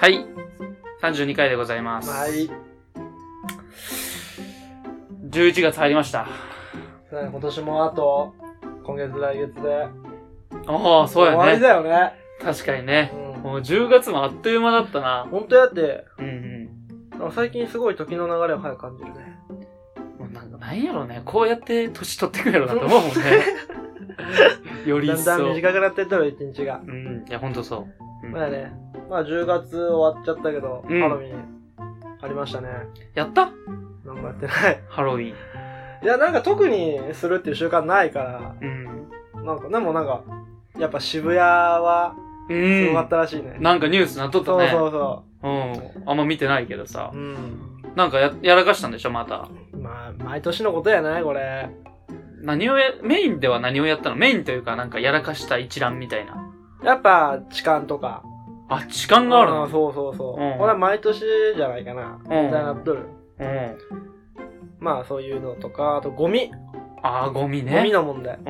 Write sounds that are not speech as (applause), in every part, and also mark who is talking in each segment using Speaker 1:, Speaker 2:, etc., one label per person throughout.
Speaker 1: はい。32回でございます。
Speaker 2: はい。
Speaker 1: 11月入りました。
Speaker 2: 今年もあと、今月来月で。
Speaker 1: ああ、そう
Speaker 2: 終わ
Speaker 1: や
Speaker 2: り
Speaker 1: ね。
Speaker 2: だよね。
Speaker 1: 確かにね。
Speaker 2: うん。
Speaker 1: もう10月もあっという間だったな。
Speaker 2: 本当やって、
Speaker 1: うんうん
Speaker 2: なんか最近すごい時の流れを早く感じるね。。
Speaker 1: もうなんかなんやろね。こうやって年取ってくやろなと思う
Speaker 2: (laughs)
Speaker 1: もんね。より一
Speaker 2: だんだん
Speaker 1: 層。
Speaker 2: 短くなってったの、一日が。
Speaker 1: うん。いや、ほんとそう。うん
Speaker 2: まあね、まあ10月終わっちゃったけど、
Speaker 1: うん
Speaker 2: ハロウィンありましたね。
Speaker 1: やった
Speaker 2: なんかやってない。
Speaker 1: ハロウィン。
Speaker 2: いや、なんか特にするっていう習慣ないから、
Speaker 1: うん。
Speaker 2: なんか、でもなんか、やっぱ渋谷は、すごかっ
Speaker 1: う
Speaker 2: たらしいね。
Speaker 1: ん。なんかニュースなっとった
Speaker 2: そう
Speaker 1: ね。
Speaker 2: そうそ
Speaker 1: うん。あんま見てないけどさ
Speaker 2: う。う。ん。
Speaker 1: なんかややらかしたんでしょ、また。
Speaker 2: まあ、毎年のことやないこれ。
Speaker 1: 何をや、メインでは何をやったのメインというか、なんかやらかした一覧みたいな。
Speaker 2: やっぱ、痴漢とか。
Speaker 1: あ、痴漢があるの
Speaker 2: うんそうそうそう。
Speaker 1: うん
Speaker 2: 俺は毎年じゃないかな。
Speaker 1: う
Speaker 2: みた
Speaker 1: ん
Speaker 2: いになっとる。
Speaker 1: うん。
Speaker 2: まあ、そういうのとか、あと、ゴミ。
Speaker 1: あー、ゴミね。
Speaker 2: ゴミの問題。
Speaker 1: うん。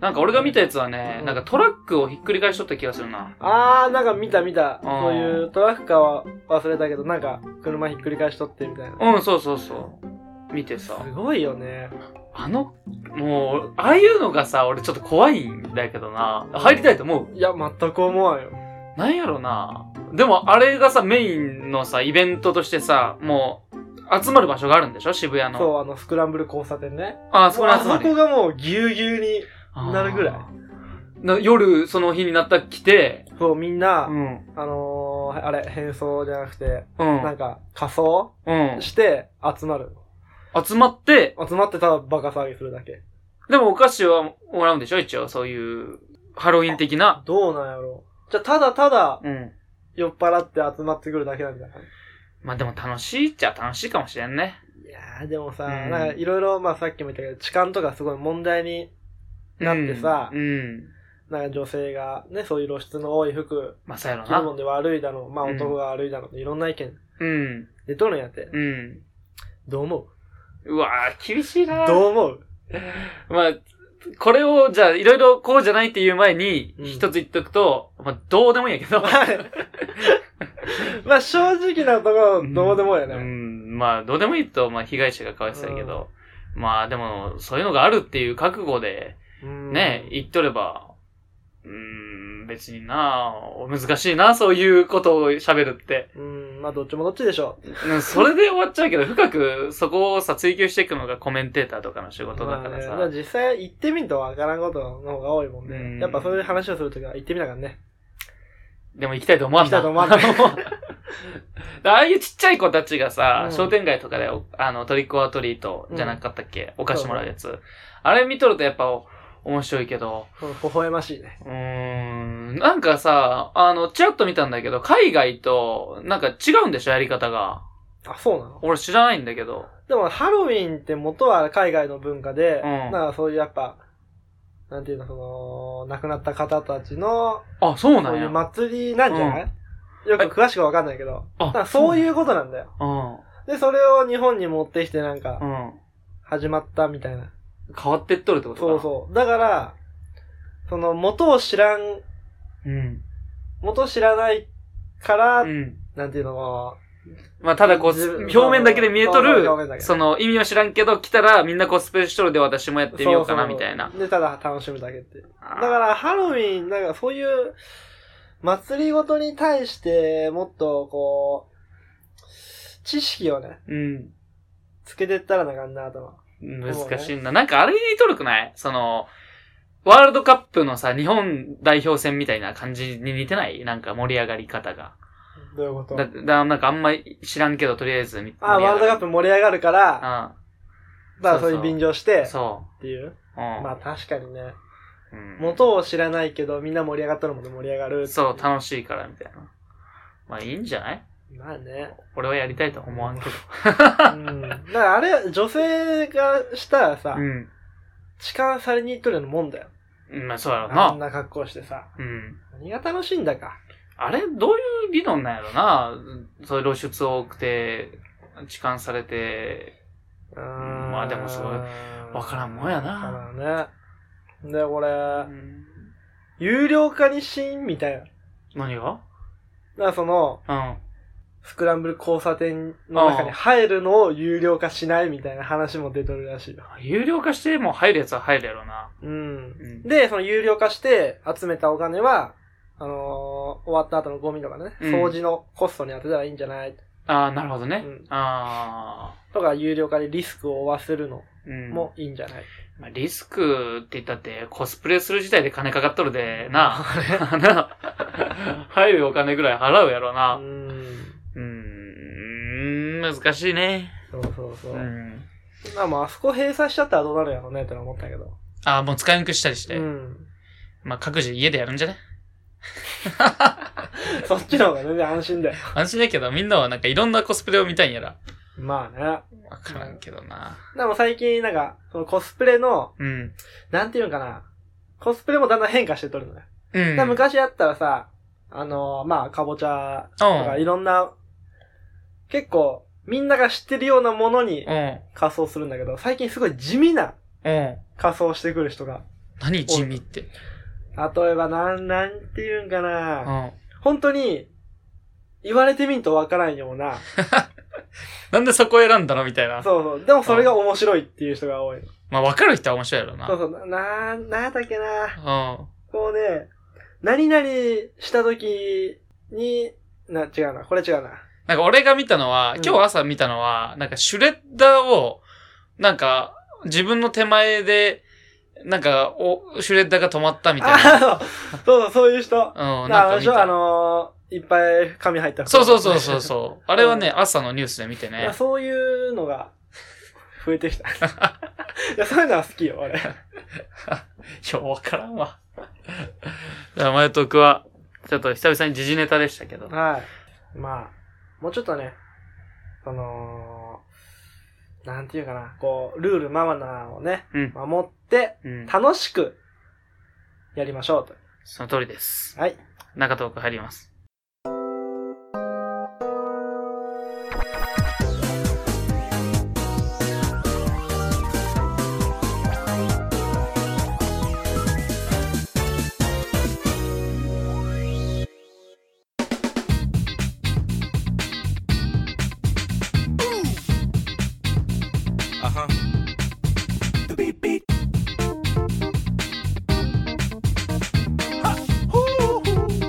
Speaker 1: なんか俺が見たやつはね
Speaker 2: う、ん
Speaker 1: なんかトラックをひっくり返しとった気がするな。
Speaker 2: あー、なんか見た見た。
Speaker 1: うん
Speaker 2: そういう、トラックかは忘れたけど、なんか、車ひっくり返しとってみたいな。
Speaker 1: うん、そうそうそう。見て
Speaker 2: す
Speaker 1: さ。
Speaker 2: ごいよね。
Speaker 1: あの、もう、ああいうのがさ、俺ちょっと怖いんだけどな。入りたいと思う。
Speaker 2: いや、全く思わんよ。
Speaker 1: なんやろな。でもあれがさ、メインのさ、イベントとしてさ、もう、集まる場所があるんでしょ渋谷の。う。
Speaker 2: そう、あの、スクランブル交差点ね。
Speaker 1: あー、そこ
Speaker 2: もう
Speaker 1: に
Speaker 2: あ
Speaker 1: 集
Speaker 2: そ
Speaker 1: まる
Speaker 2: こ。がもう、ぎゅうぎゅうに。なるぐらい
Speaker 1: あー。な夜、その日になったら来て、
Speaker 2: そう、みんな、
Speaker 1: うん。
Speaker 2: あのー、あれ、変装じゃなくて、
Speaker 1: う
Speaker 2: なん
Speaker 1: ん。
Speaker 2: か、仮装
Speaker 1: うん。
Speaker 2: して、集まる。
Speaker 1: 集まって、
Speaker 2: 集まってただバカ騒ぎするだけ。
Speaker 1: でもお菓子はもらうんでしょ一応、そういう、ハロウィン的な。
Speaker 2: どうなんやろう。じゃあ、ただただ、
Speaker 1: うん。
Speaker 2: 酔っ払って集まってくるだけなんじゃない
Speaker 1: まあでも楽しいっちゃ楽しいかもしれんね。
Speaker 2: いやー、でもさ、
Speaker 1: うん
Speaker 2: なんかいろいろ、まあさっきも言ったけど、痴漢とかすごい問題になってさ
Speaker 1: うん。、うん
Speaker 2: なんか女性がね、そういう露出の多い服、
Speaker 1: まあそうやろ
Speaker 2: 着る
Speaker 1: な
Speaker 2: も。んで悪いだろう、まあ
Speaker 1: うん
Speaker 2: 男が悪いだろう、いろんな意見
Speaker 1: うん。
Speaker 2: でどうなんやって、
Speaker 1: うん。
Speaker 2: どう思う
Speaker 1: うわぁ、厳しいな
Speaker 2: どう思う
Speaker 1: まあ、これを、じゃあ、いろいろこうじゃないっていう前に、
Speaker 2: うん
Speaker 1: 一つ言っとくと、まあ、どうでもいいんやけど。
Speaker 2: はいまあ正直なところ、 (laughs) どうでもやね。
Speaker 1: うん、まあ、どうでもいいと、まあ、被害者がかわいそうやけど、まあ、でも、そういうのがあるっていう覚悟で、
Speaker 2: うん
Speaker 1: ね、言っとれば、うーん、別にな、難しいな、そういうことを喋るって。
Speaker 2: うん、まあどっちもどっちでしょう。
Speaker 1: うんそれで終わっちゃうけど、深くそこをさ、追求していくのがコメンテーターとかの仕事だ
Speaker 2: ま
Speaker 1: か
Speaker 2: あ
Speaker 1: ら
Speaker 2: ね、
Speaker 1: さ。
Speaker 2: だから実際行ってみんとわからんことの方が多いもんね。
Speaker 1: うん
Speaker 2: やっぱそういう話をするときは行ってみながらね。
Speaker 1: でも行きたいと思わんな。
Speaker 2: 行きたいと思わんな
Speaker 1: (laughs) ああいうちっちゃい子たちがさ、
Speaker 2: うん
Speaker 1: 商店街とかで、おあの、トリックオアトリートじゃなかったっけ、お菓子もらうやつ。あれ見とるとやっぱお面白いけど、
Speaker 2: うん微笑ましいね。
Speaker 1: うーん、なんかさ、あの、ちらっと見たんだけど、海外と、なんか違うんでしょやり方が。
Speaker 2: あ、そうなの
Speaker 1: 俺知らないんだけど。
Speaker 2: でもハロウィンって元は海外の文化で、
Speaker 1: うん
Speaker 2: なんかそういうやっぱ、なんていうの、その、亡くなった方たちの、
Speaker 1: あ、そうな
Speaker 2: そうんいう
Speaker 1: や。
Speaker 2: 祭りなんじゃない、よく詳しくはわかんないけど。
Speaker 1: あ
Speaker 2: なんかそういうことなんだよ。
Speaker 1: うん。
Speaker 2: で、それを日本に持ってきてなん
Speaker 1: う
Speaker 2: か、
Speaker 1: ん。
Speaker 2: 始まったみたいな。
Speaker 1: 変わってっとるってことか。
Speaker 2: そうそう。だから、その、元を知らん、
Speaker 1: う。うん。
Speaker 2: 元を知らないから、
Speaker 1: うん。
Speaker 2: なんていうのも、
Speaker 1: まあ、ただこう、
Speaker 2: 自分
Speaker 1: 表面だけで見えと
Speaker 2: そう
Speaker 1: る
Speaker 2: そう表面だけ、で
Speaker 1: その意味を知らんけど、来たらみんなコスプレしとるで私もやってみようかな、
Speaker 2: そ
Speaker 1: み
Speaker 2: そ
Speaker 1: たいな。
Speaker 2: で、ただ楽しむだけっていう。
Speaker 1: あー
Speaker 2: だから、ハロウィン、なんかそういう、祭りごとに対して、もっと、こう、知識をね、
Speaker 1: うん。
Speaker 2: つけてったらなあかんなとは。
Speaker 1: 難しいな。なんかあれにとるくないその、ワールドカップのさ、日本代表戦みたいな感じに似てないなんか盛り上がり方が。
Speaker 2: どういうこと
Speaker 1: だ、だ、なんかあんまり知らんけど、とりあえずみ、
Speaker 2: あ、ワールドカッ
Speaker 1: プ
Speaker 2: プ盛り上がるから、だからそれに便乗し
Speaker 1: うん。
Speaker 2: て、
Speaker 1: そ
Speaker 2: っていう。
Speaker 1: う。うん。
Speaker 2: まあ確かにね。
Speaker 1: うん
Speaker 2: 元を知らないけど、みんな盛り上がったのも盛り上がる。
Speaker 1: そう、楽しいから、みたいな。まあ、いいんじゃない
Speaker 2: まあね。
Speaker 1: 俺はやりたいとは思わんけど。
Speaker 2: うん。だからあれ、女性がしたらさ
Speaker 1: う、ん。
Speaker 2: 痴漢されに行っとるようなもんだよ。
Speaker 1: うんまあ、そうやろう
Speaker 2: あ
Speaker 1: な。
Speaker 2: んな格好してさ。
Speaker 1: うん。
Speaker 2: 何が楽しいんだか。
Speaker 1: あれ、どういう理論なんやろな。そういう露出多くて、痴漢されて。ま
Speaker 2: ま
Speaker 1: あでもそうわからんもんやな
Speaker 2: わからんね。で、これ
Speaker 1: う、ん
Speaker 2: 有料化にしんみたいな。
Speaker 1: 何が
Speaker 2: からその、
Speaker 1: うん。
Speaker 2: スクランブル交差点の中に入るのを有料化しないみたいな話も出とるらしいよ。
Speaker 1: 有料化してもう入るやつは入るやろうな。
Speaker 2: うん。
Speaker 1: うん。
Speaker 2: で、その有料化して集めたお金は、あのー終わった後のゴミとかね、
Speaker 1: うん
Speaker 2: 掃除のコストに当てたらいいんじゃない
Speaker 1: ああ、なるほどね。
Speaker 2: うん
Speaker 1: ああ。
Speaker 2: とか、有料化でリスクを負わせるの
Speaker 1: うん。
Speaker 2: もいいんじゃない、
Speaker 1: まあ、リスクって言ったって、コスプレする自体で金かかっとるで、な。 (laughs) な入るお金ぐらい払うやろ
Speaker 2: う
Speaker 1: な。
Speaker 2: ん。
Speaker 1: うん、難しいね。
Speaker 2: そうそうそうう。
Speaker 1: ん。
Speaker 2: まあもうあそこ閉鎖しちゃったらどうなるやろうねってのは思ったけど。
Speaker 1: ああ、もう使いにくしたりして。
Speaker 2: うん。
Speaker 1: まあ、各自家でやるんじゃね
Speaker 2: そっちの方が全然安心だよ。
Speaker 1: 安心だけど、みんなはなんかいろんなコスプレを見たいんやら。
Speaker 2: まあね。
Speaker 1: わからんけどな。
Speaker 2: でも最近なんか、そのコスプレの、
Speaker 1: うん。
Speaker 2: なんていうのかな。コスプレもだんだん変化してとるのね。
Speaker 1: うん。
Speaker 2: だから昔やったらさ、あのーまあ、かぼちゃ
Speaker 1: う
Speaker 2: とか
Speaker 1: ん。
Speaker 2: いろんな、結構、みんなが知ってるようなものに
Speaker 1: うん。
Speaker 2: 仮装するんだけど、最近すごい地味な
Speaker 1: うん。
Speaker 2: 仮装してくる人が。
Speaker 1: 何地味って。
Speaker 2: 例えば、なん、なんていうんか
Speaker 1: う
Speaker 2: な。
Speaker 1: ん。
Speaker 2: 本当に、言われてみんとわからんような。
Speaker 1: なんでそこ選んだのみたいな。
Speaker 2: そうそう。でもそれが面白いっていう人が多い。
Speaker 1: まあ、わかる人は面白いやろな。
Speaker 2: そうそう。な、なんだっけな。
Speaker 1: うん。
Speaker 2: こうね、何々した時に、な、違うな。これ違うな。
Speaker 1: なんか俺が見たのは、
Speaker 2: うん
Speaker 1: 今日朝見たのは、なんかシュレッダーを、なんか自分の手前で、なんかお、シュレッダーが止まったみたい
Speaker 2: (laughs)
Speaker 1: な。
Speaker 2: あそうそうそう、そういう人。
Speaker 1: うん、(laughs) な
Speaker 2: あ
Speaker 1: んか
Speaker 2: の
Speaker 1: 見
Speaker 2: 人、あ
Speaker 1: た。
Speaker 2: のー、いっぱい髪入った人
Speaker 1: そうそうそうそう (laughs) そう。あれはね、朝のニュースで見て
Speaker 2: (laughs) いや
Speaker 1: ね。
Speaker 2: そういうのが、増えて
Speaker 1: (laughs)
Speaker 2: きた。いや、そういうのは好きよ、俺。
Speaker 1: いや、わからんわ。 (laughs) じゃあ、マヨトークは、ちょっと久々に時事ネタでしたけど。
Speaker 2: はい。まあ、もうちょっとね、その、なんていうかな、こう、ルールマナーをね、
Speaker 1: うん。
Speaker 2: 守って、
Speaker 1: うん。
Speaker 2: 楽しく、やりましょうと。
Speaker 1: その通りです。
Speaker 2: はい。
Speaker 1: 中トーク入ります。
Speaker 3: Uh-huh. The beep beep. Ha! Hoo, hoo.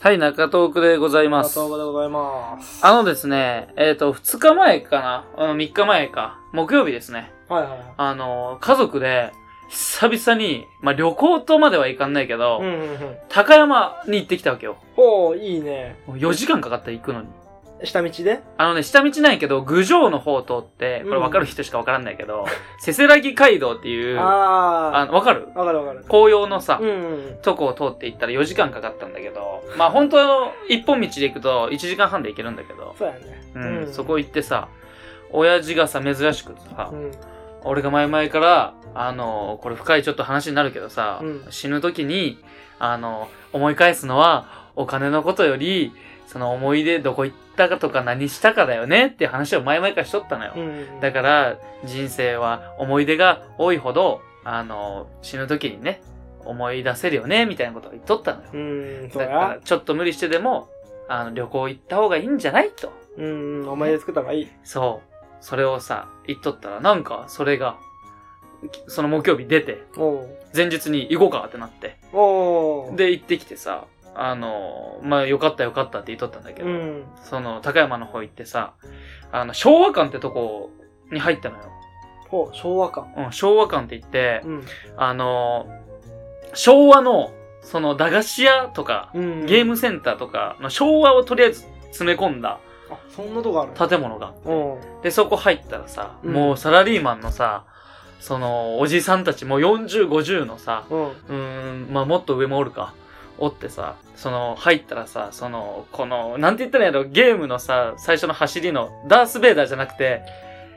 Speaker 1: はい、中トークでござい
Speaker 2: あ
Speaker 1: ま
Speaker 2: りが
Speaker 1: す
Speaker 2: と。うございます。
Speaker 1: あのですね、えっ、と、2日前かな、うん、3日前か、木曜日ですね。
Speaker 2: はいはいは
Speaker 1: あの、家族で、久々に、まあ、旅行とまではいかんないけど、
Speaker 2: い。うんうんうん。
Speaker 1: 高山に行ってきたわけよ。
Speaker 2: ほう、いいね。
Speaker 1: もう4時間かかった行くのに。
Speaker 2: 下道で
Speaker 1: あのね、下道ないけど、郡上の方を通って、これ分かる人しか分からんないけど、 (laughs) せせらぎ街道っていう、あ
Speaker 2: あ
Speaker 1: の、分かる
Speaker 2: あ。わかるわかる。
Speaker 1: 紅葉のさ、
Speaker 2: うんうんうん。
Speaker 1: とこを通って行ったら4時間かかったんだけど、まあ本当の一本道で行くと1時間半で行けるんだけど、
Speaker 2: そうやね。
Speaker 1: うん、そこ行ってさ、親父がさ、珍しくさ、
Speaker 2: うん。
Speaker 1: 俺が前々から、あの、これ深いちょっと話になるけどさ、
Speaker 2: うん
Speaker 1: 死ぬ時に、あの、思い返すのは、お金のことより、その思い出どこ行ったかとか何したかだよねって話を前々からしとったのよ。
Speaker 2: うん。
Speaker 1: だから、人生は思い出が多いほど、あの、死ぬ時にね、思い出せるよね、みたいなことを言っとったのよ。
Speaker 2: うん、そう
Speaker 1: だから
Speaker 2: や。、
Speaker 1: ちょっと無理してでも、あの、旅行行った方がいいんじゃないと。
Speaker 2: うん、お前で作った方がいい。
Speaker 1: そう。それをさ、言っとったら、なんか、それが、きその木曜日出て、
Speaker 2: おう
Speaker 1: 前日に行こうかってなって。
Speaker 2: おう、
Speaker 1: で、行ってきてさ、あの、まあ、よかったよかったって言っとったんだけ
Speaker 2: う
Speaker 1: ど、
Speaker 2: ん。
Speaker 1: その、高山の方行ってさ、あの、昭和館ってとこに入ったのよ。
Speaker 2: ほう、昭和か。
Speaker 1: うん、昭和館って言って
Speaker 2: う、ん。
Speaker 1: あの、昭和の、その、駄菓子屋とか、
Speaker 2: うん。
Speaker 1: ゲームセンターとかの昭和をとりあえず詰め込んだ
Speaker 2: あ、そんなとこある
Speaker 1: 建物が
Speaker 2: おう
Speaker 1: で、そこ入ったらさ、
Speaker 2: うん
Speaker 1: もうサラリーマンのさ、その、おじさんたち、もう40、50のさ、
Speaker 2: うん。
Speaker 1: うーん、まあもっと上もおるか、おってさ、その、入ったらさ、その、この、なんて言ったらいいんやろ、ゲームのさ、最初の走りの、ダース・ベイダーじゃなくて、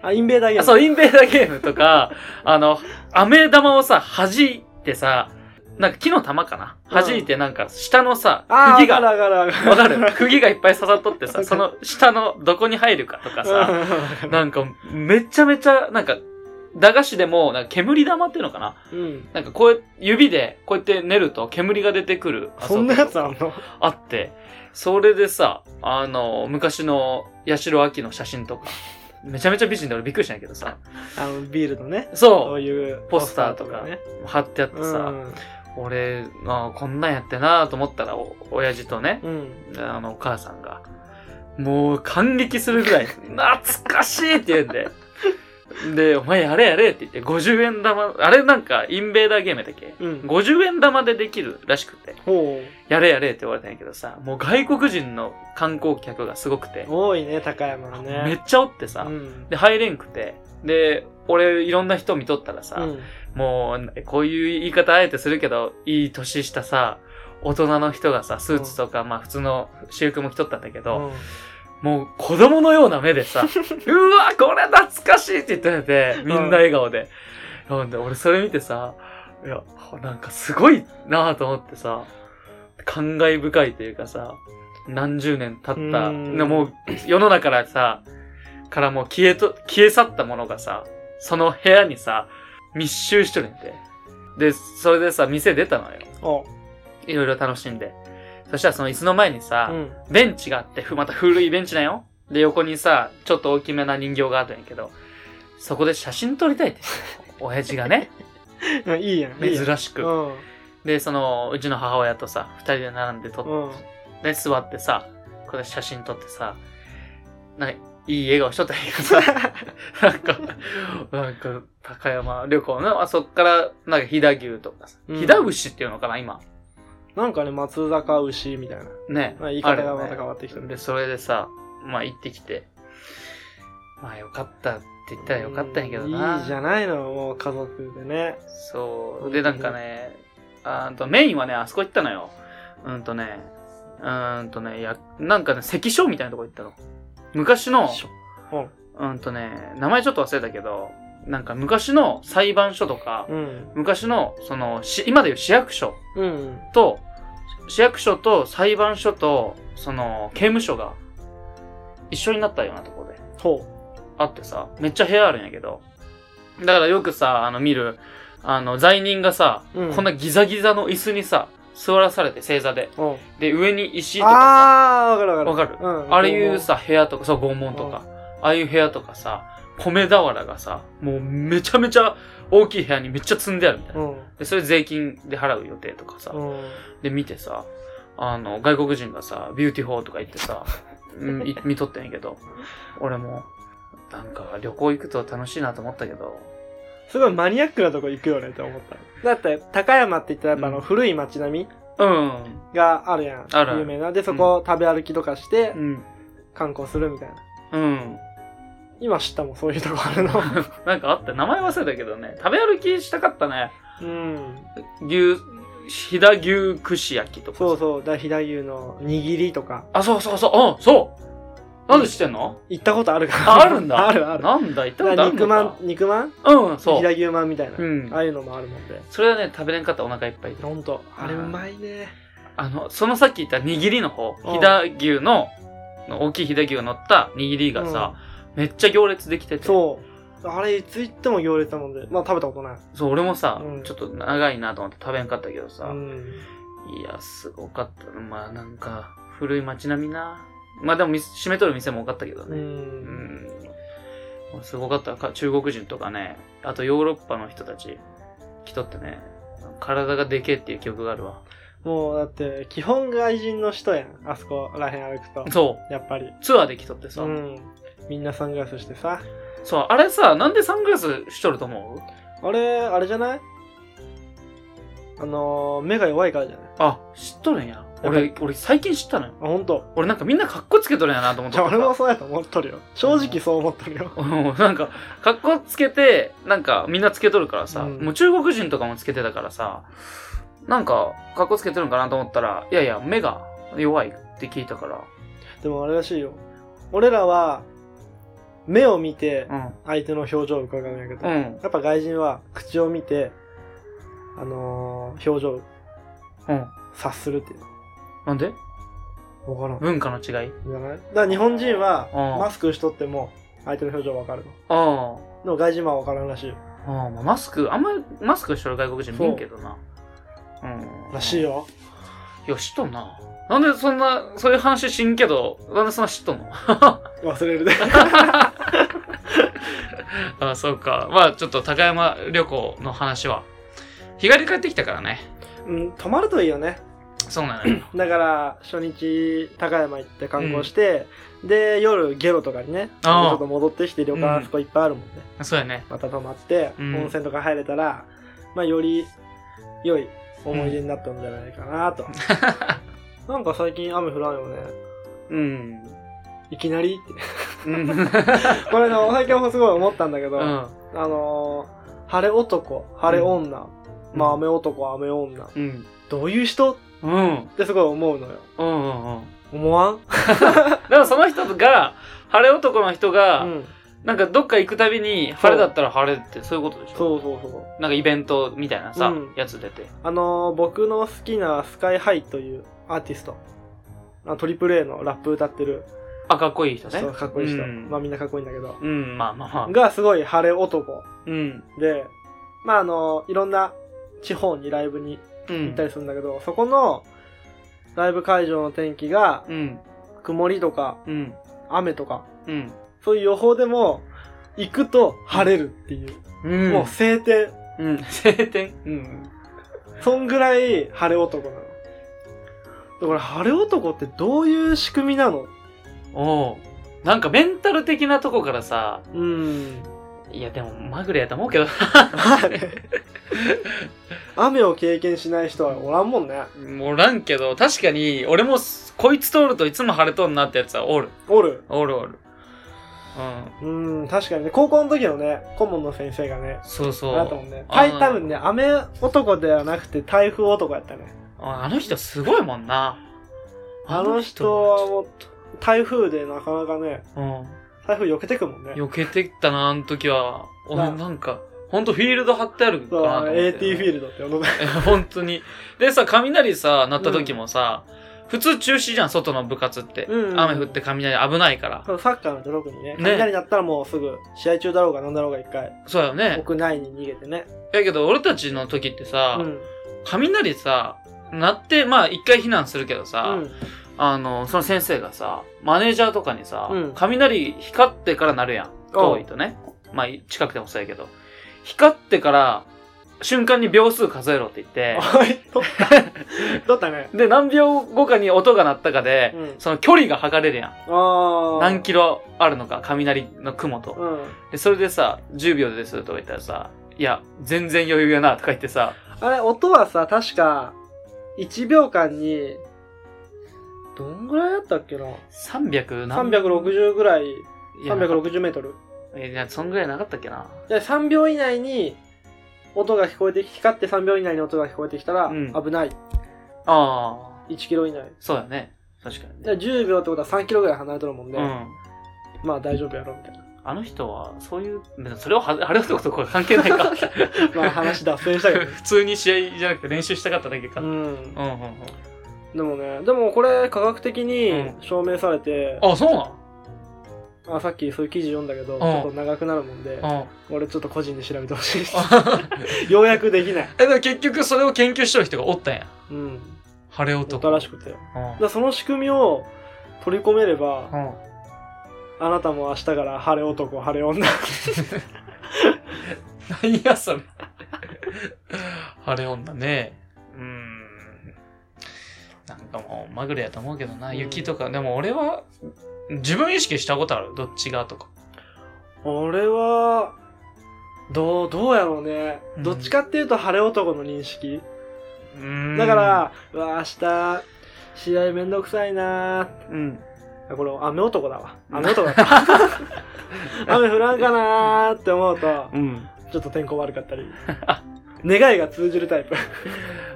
Speaker 2: あ、インベーダーゲ
Speaker 1: あ、
Speaker 2: ーム。
Speaker 1: そう、インベーダーゲームと
Speaker 2: (laughs)
Speaker 1: か、あの、飴玉をさ、弾いてさ、なんか木の玉かな
Speaker 2: うん
Speaker 1: 弾いてなんか、下のさ、
Speaker 2: あー、
Speaker 1: 釘
Speaker 2: が
Speaker 1: が、
Speaker 2: らがらがら。
Speaker 1: わかる釘がいっぱい刺さっとって
Speaker 2: わか
Speaker 1: さ、
Speaker 2: る
Speaker 1: その下のどこに入るかとかさ、
Speaker 2: うん (laughs)
Speaker 1: なんか、めちゃめちゃ、なんか、駄菓子でも、なんか煙玉っていうのかな
Speaker 2: うん。
Speaker 1: なんかこう、指でこうやって練ると煙が出てくる。
Speaker 2: そんなやつあんの
Speaker 1: あって、それでさ、あの、昔の八代亜紀の写真とか、めちゃめちゃ美人で俺びっくりしたんやけどさ、
Speaker 2: あの、ビールのね。そ
Speaker 1: そう
Speaker 2: いう
Speaker 1: ポスターとか
Speaker 2: ね。
Speaker 1: う、貼ってあって
Speaker 2: う
Speaker 1: さ、
Speaker 2: ん。
Speaker 1: 俺、あこんなんやってなと思ったら、お親父とね、
Speaker 2: うん。
Speaker 1: あの、お母さんが、もう感激するぐらい、懐かしいって言うんで、で、お前やれやれって言って、50円玉、あれなんかインベーダーゲームだっけ
Speaker 2: うん。
Speaker 1: 50円玉でできるらしくて、
Speaker 2: ほ
Speaker 1: やれやれって言われたんやけどさ、もう外国人の観光客がすごくて
Speaker 2: う。、多いね、高山はね。
Speaker 1: めっちゃおって
Speaker 2: う
Speaker 1: さ、
Speaker 2: ん。
Speaker 1: で、入れんくて、で、俺いろんな人見とったらさ、
Speaker 2: うん
Speaker 1: もう、こういう言い方あえてするけど、いい年したさ、大人の人がさ、スーツとか、まあ普通の私服も着とったんだけど、もう子供のような目で
Speaker 2: (laughs)
Speaker 1: さ、うわ、これ懐かしいって言ってて、みんな笑顔で。ほんで、俺それ見てさ、いや、なんかすごいなぁと思ってさ、感慨深いというかさ、何十年経った、
Speaker 2: うん
Speaker 1: なもう世の中からさ、からもう消えと、消え去ったものがさ、その部屋にさ、密集しとるんで。で、それでさ、店出たのよ。
Speaker 2: おう
Speaker 1: いろいろ楽しんで。そしたらその椅子の前にさ、
Speaker 2: ん。
Speaker 1: ベンチがあって、ふまた古いベンチなんよ。で、横にさ、ちょっと大きめな人形があるんやけど、そこで写真撮りたいって言ってたよ、親父がね、
Speaker 2: うん。いいやん。 (laughs) いいやん
Speaker 1: 珍し
Speaker 2: う
Speaker 1: く。
Speaker 2: ん。
Speaker 1: で、その、うちの母親とさ、二人で並んで撮っ
Speaker 2: うん。
Speaker 1: て、座ってさ、これ写真撮ってさ、なんか、いい笑顔しとったんやけど
Speaker 2: (laughs)
Speaker 1: さ、なんか、なんか、高山旅行の、あそっから、なんか、飛騨牛とかさ、
Speaker 2: うん
Speaker 1: 飛騨牛っていうのかな、今。
Speaker 2: なんかね、松坂牛みたいな。
Speaker 1: ね。
Speaker 2: まあ言い方
Speaker 1: る
Speaker 2: が
Speaker 1: よね
Speaker 2: また変わってきたね
Speaker 1: で、それでさ、まあ行ってきて、まあよかったって言ったらよかったんやけどな。
Speaker 2: いいじゃないの、もう家族でね。
Speaker 1: そう。で、なんかね、あーんとメインはね、あそこ行ったのよ。うんとね、うーんとね、や、なんかね、関所みたいなとこ行ったの。昔の、
Speaker 2: うん。
Speaker 1: うんとね、名前ちょっと忘れたけど、なんか昔の裁判所とか、
Speaker 2: うん。
Speaker 1: 昔の、その、し今でいう市役所
Speaker 2: うん。
Speaker 1: と、市役所と裁判所と、その、刑務所が、一緒になったようなところで、
Speaker 2: ほ
Speaker 1: あってさ、めっちゃ部屋あるんやけど、だからよくさ、あの、見る、あの、罪人がさ、
Speaker 2: うん
Speaker 1: こんなギザギザの椅子にさ、座らされて、正座で。
Speaker 2: う。うん。
Speaker 1: で、上に石とか
Speaker 2: あー、わかるわかる。
Speaker 1: わかる
Speaker 2: うん。
Speaker 1: さ、あれいうさ、部屋とか、そう、拷問とか、ああいう部屋とかさ、米俵がさ、もうめちゃめちゃ大きい部屋にめっちゃ積んであるみたいうな。
Speaker 2: ん。うん。
Speaker 1: で、それ税金で払う予定とかさ、
Speaker 2: うん。
Speaker 1: で見てさ、あの、外国人がさ、ビューティフォーとか言って
Speaker 2: (laughs)
Speaker 1: さ、うんい見とったんやけど、俺も、なんか旅行行くと楽しいなと思ったけど、
Speaker 2: すごいマニアックなとこ行くよねって思った。だって、高山って言ったらやっぱあの、
Speaker 1: うん
Speaker 2: 古い町並み
Speaker 1: うん、
Speaker 2: があるやん。
Speaker 1: あるある
Speaker 2: 有名な。で、そこ食べ歩きとかして
Speaker 1: う、ん、
Speaker 2: 観光するみたいな。
Speaker 1: うん。 (laughs)
Speaker 2: 今知ったもん、そういうとこあるの。
Speaker 1: なんかあった、名前忘れたけどね、食べ歩きしたかったね。
Speaker 2: うん。
Speaker 1: 牛、飛騨牛串焼きとかさ
Speaker 2: そうそう。だ、飛騨牛の握りとか。
Speaker 1: あ、そうそうそう、うん、そうなんで知ってんの、
Speaker 2: 行ったことあるから。
Speaker 1: あ、あるんだ。
Speaker 2: (laughs) あるある。
Speaker 1: なんだ、行ったこ
Speaker 2: だ
Speaker 1: と
Speaker 2: か
Speaker 1: あ
Speaker 2: ら
Speaker 1: るの
Speaker 2: 肉まん
Speaker 1: か、
Speaker 2: 肉まん
Speaker 1: うん、そ
Speaker 2: 飛騨
Speaker 1: う。
Speaker 2: 牛まんみたいな。
Speaker 1: うん
Speaker 2: あ。あいうのもあるもんで。
Speaker 1: それはね、食べれんかったらお腹いっぱいで。
Speaker 2: ほんと。あれうまいね。
Speaker 1: あの、そのさっき言った握りの方、
Speaker 2: うん
Speaker 1: 飛騨牛の、の大きい飛騨牛が乗った握りがさ、めっちゃ行列できてて。う。
Speaker 2: そう。あれ、いつ行っても行列だもんで。まあ食べたことない。
Speaker 1: そう、俺もさ、
Speaker 2: うん
Speaker 1: ちょっと長いなと思って食べんかったけどさ、
Speaker 2: うん。
Speaker 1: いや、すごかった。まあなんか、古い街並みな。まあでもみ、閉めとる店も多かったけど
Speaker 2: う。
Speaker 1: ね。うんん。すごかったか。中国人とかね、あとヨーロッパの人たち、来とってね、体がでけえっていう記憶があるわ。
Speaker 2: もう、だって、基本外人の人やん。あそこら辺歩く
Speaker 1: (laughs)
Speaker 2: と。
Speaker 1: そ
Speaker 2: やっぱり。
Speaker 1: う、ツアーで来とってさ、
Speaker 2: うん。みんなサングラスしてさ。
Speaker 1: そう、あれさ、なんでサングラスしとると思う
Speaker 2: あれ、あれじゃないあのー、目が弱いからじゃない
Speaker 1: あ、知っとるんや。俺、俺最近知ったのよ。
Speaker 2: あ、ほんと。
Speaker 1: 俺なんかみんな格好つけとるんやなと思っ
Speaker 2: じゃあ
Speaker 1: て
Speaker 2: 俺もそうやと思っとるよ。正直そう思っとるよ。
Speaker 1: うん (laughs) なんか、格好つけて、なんかみんなつけとるからさ、
Speaker 2: うん
Speaker 1: もう中国人とかもつけてたからさ、なんか格好つけてるんかなと思ったら、いやいや、目が弱いって聞いたから、
Speaker 2: でもあれらしいよ。俺らは、目を見て、
Speaker 1: う
Speaker 2: 相手の表情を伺うんやけど、
Speaker 1: ん。う
Speaker 2: や
Speaker 1: ん。
Speaker 2: っぱ外人は口を見て、あのー、表情を
Speaker 1: うん。
Speaker 2: 察するっていう
Speaker 1: なんで
Speaker 2: の。わからん。
Speaker 1: 文化の違い
Speaker 2: じゃないだから日本人は
Speaker 1: うん
Speaker 2: マスクしとっても相手の表情わかるの。
Speaker 1: あ
Speaker 2: でも外人はわからんらしいよ。
Speaker 1: あ。あーまあマスク、あんまりマスクしてる外国人見んけどな。うん。
Speaker 2: らしい
Speaker 1: よ。
Speaker 2: よ。
Speaker 1: いや、知っとんな。なんでそんな、そういう話しんけど、なんでそんな知っとんの
Speaker 2: 忘
Speaker 1: (laughs)
Speaker 2: れるね。
Speaker 1: あ、そうか。まあちょっと高山旅行の話は。日帰り帰ってきたからね。
Speaker 2: うん、泊まるといいよね。
Speaker 1: そうなのよ。
Speaker 2: だから、初日、高山行って観光して、で、夜、ゲロとかにね、ち
Speaker 1: あー
Speaker 2: ょっと戻ってきて、旅
Speaker 1: うん
Speaker 2: 館あそこいっぱいあるもんね。
Speaker 1: そうやね。
Speaker 2: また泊まって、
Speaker 1: うん
Speaker 2: 温泉とか入れたら、まあ、より良い思い出になったんじゃないかなと。 (laughs) なんか最近雨降らんよね。
Speaker 1: うん。 (laughs)
Speaker 2: いきなりって。
Speaker 1: うん。
Speaker 2: これね、最近もすごい思ったんだけど、
Speaker 1: うん。
Speaker 2: あのー、晴れ男、晴れ女、まあ、雨男、雨女、
Speaker 1: うん。
Speaker 2: どういう人っ
Speaker 1: うん。
Speaker 2: てすごい思うのよ。
Speaker 1: うんうんうん。
Speaker 2: 思わん
Speaker 1: でもその人が、晴れ男の人が、
Speaker 2: うん。
Speaker 1: なんかどっか行くたびに、晴れだったら晴れってそういうことでしょ
Speaker 2: そうそうそう。
Speaker 1: なんかイベントみたいなさ、
Speaker 2: うん
Speaker 1: やつ出て。
Speaker 2: あのー、僕の好きなスカイハイというアーティスト。あトリプル A のラップ歌ってる。
Speaker 1: あ、かっこいい人ね。
Speaker 2: そうかっこいい人。
Speaker 1: うん
Speaker 2: まあみんなかっこいいんだけど。
Speaker 1: うん、まあまあまあ。
Speaker 2: がすごい晴れ男
Speaker 1: うん。
Speaker 2: で、まああの、いろんな地方にライブに
Speaker 1: う
Speaker 2: 行っ
Speaker 1: ん
Speaker 2: た。りするんだけど、そこのライブ会場の天気が
Speaker 1: うん。
Speaker 2: 曇りとか
Speaker 1: うん。
Speaker 2: 雨とか、
Speaker 1: うん。
Speaker 2: そういう予報でも行くと晴れるっていう、
Speaker 1: うん。
Speaker 2: もう晴天。
Speaker 1: うん。 (laughs) 晴天。うん。
Speaker 2: そんぐらい晴れ男なの。だから晴れ男ってどういう仕組みなの
Speaker 1: おうなんかメンタル的なとこからさ、
Speaker 2: うん。
Speaker 1: いやでもまぐれやと思うけど、
Speaker 2: (laughs) 雨を経験しない人はおらんもんね。
Speaker 1: (laughs) もうらんけど、確かに俺もこいつ通るといつも晴れとんなってやつはおる。
Speaker 2: おる。
Speaker 1: おるおる。
Speaker 2: うん、確かにね、高校の時のね、顧問の先生がね
Speaker 1: うん。、そうそ
Speaker 2: あったもん
Speaker 1: う。
Speaker 2: ね。
Speaker 1: あ
Speaker 2: た
Speaker 1: ー
Speaker 2: い多分ね、雨男ではなくて台風男やったね。
Speaker 1: ああの人すごいもんな。
Speaker 2: あの人はもう、台風でなかなかね、
Speaker 1: うん。
Speaker 2: 台風避けてくもんね。
Speaker 1: 避けてったな、あの時は。
Speaker 2: な
Speaker 1: 俺なんか、ほんとフィールド張ってあるかなと
Speaker 2: そう、
Speaker 1: 思って、
Speaker 2: AT フィールドって呼んだ。
Speaker 1: え (laughs) 本当に。でさ、雷さ、鳴った時もさ、普通中止じゃん、外の部活って。
Speaker 2: うんうん
Speaker 1: 雨降って雷危ないから。
Speaker 2: そうサッカーの特にね、
Speaker 1: ね
Speaker 2: 雷鳴ったらもうすぐ、試合中だろうが何だろうが一回、
Speaker 1: そうだよね。
Speaker 2: 屋内に逃げてね。
Speaker 1: だけど、俺たちの時ってさ、
Speaker 2: うん。
Speaker 1: 雷さ、鳴って、まあ一回避難するけど
Speaker 2: う
Speaker 1: さ、
Speaker 2: ん。
Speaker 1: あの、その先生がさ、マネージャーとかにさ、
Speaker 2: うん
Speaker 1: 雷光ってから鳴るやん。遠いとね。まあ近くてもそうやけど。光ってから、瞬間に秒数数えろって言って、
Speaker 2: はい、
Speaker 1: (laughs)
Speaker 2: 取った。取ったね。
Speaker 1: で、何秒後かに音が鳴ったかで、
Speaker 2: うん
Speaker 1: その距離が測れるやん。
Speaker 2: ああ。
Speaker 1: 何キロあるのか、雷の雲と。
Speaker 2: うん。
Speaker 1: で、それでさ、10秒ですとか言ったらさ、いや、全然余裕やなとか言ってさ、
Speaker 2: あれ、音はさ、確か、1秒間に、どんぐらいだったっけな
Speaker 1: 300何
Speaker 2: ?360 ぐらい、
Speaker 1: いや
Speaker 2: 360メートル。
Speaker 1: えいや、そんぐらいなかったっけな。
Speaker 2: で、3秒以内に、音が聞こえてき、光って3秒以内に音が聞こえてきたら、
Speaker 1: うん
Speaker 2: 危ない。
Speaker 1: ああ、
Speaker 2: 1キロ以内。
Speaker 1: そうだね。確かに
Speaker 2: で
Speaker 1: ね。
Speaker 2: 10秒ってことは3キロぐらい離れとるもんで、
Speaker 1: うん。
Speaker 2: まあ大丈夫やろ、みたいな。
Speaker 1: あの人は、そういう、それをは、あれ男とか関係ない (laughs) か。
Speaker 2: まあ話脱線したけどね。
Speaker 1: 普通に試合じゃなくて練習したかっただけか。(laughs)
Speaker 2: う
Speaker 1: うん、
Speaker 2: ん
Speaker 1: う。ん、うん。
Speaker 2: でもね、でもこれ科学的に
Speaker 1: うん
Speaker 2: 証明されて、
Speaker 1: あ、そうな
Speaker 2: あさっきそういう記事読んだけど、
Speaker 1: ん
Speaker 2: ちょっと長くなるもんで、
Speaker 1: のうん。
Speaker 2: 俺ちょっと個人で調べてほしい (laughs) です。
Speaker 1: あ
Speaker 2: ようやくできない。
Speaker 1: (laughs) え、でも結局それを研究しとる人がおったんや。
Speaker 2: うん。
Speaker 1: 晴れ男。
Speaker 2: 新しくて。だか
Speaker 1: うん。うん。
Speaker 2: らその仕組みを取り込めれば、あなたも明日から晴れ男、晴れ女。 (laughs)
Speaker 1: 何やそれ。晴れ女ね。うーん。なんかもう、まぐれやと思うけどな、
Speaker 2: うん
Speaker 1: 雪とか。でも俺は、自分意識したことあるどっちがとか。
Speaker 2: 俺は、どう、どうやろうね。
Speaker 1: うん
Speaker 2: どっちかっていうと晴れ男の認識。
Speaker 1: うーん
Speaker 2: だか、ら、うわ、明日、試合めんどくさいな
Speaker 1: うん。
Speaker 2: あこれ、雨男だわ。雨男だった。雨降らんかなーって思うと、
Speaker 1: うん。
Speaker 2: ちょっと天候悪かったり。願いが通じるタイプ。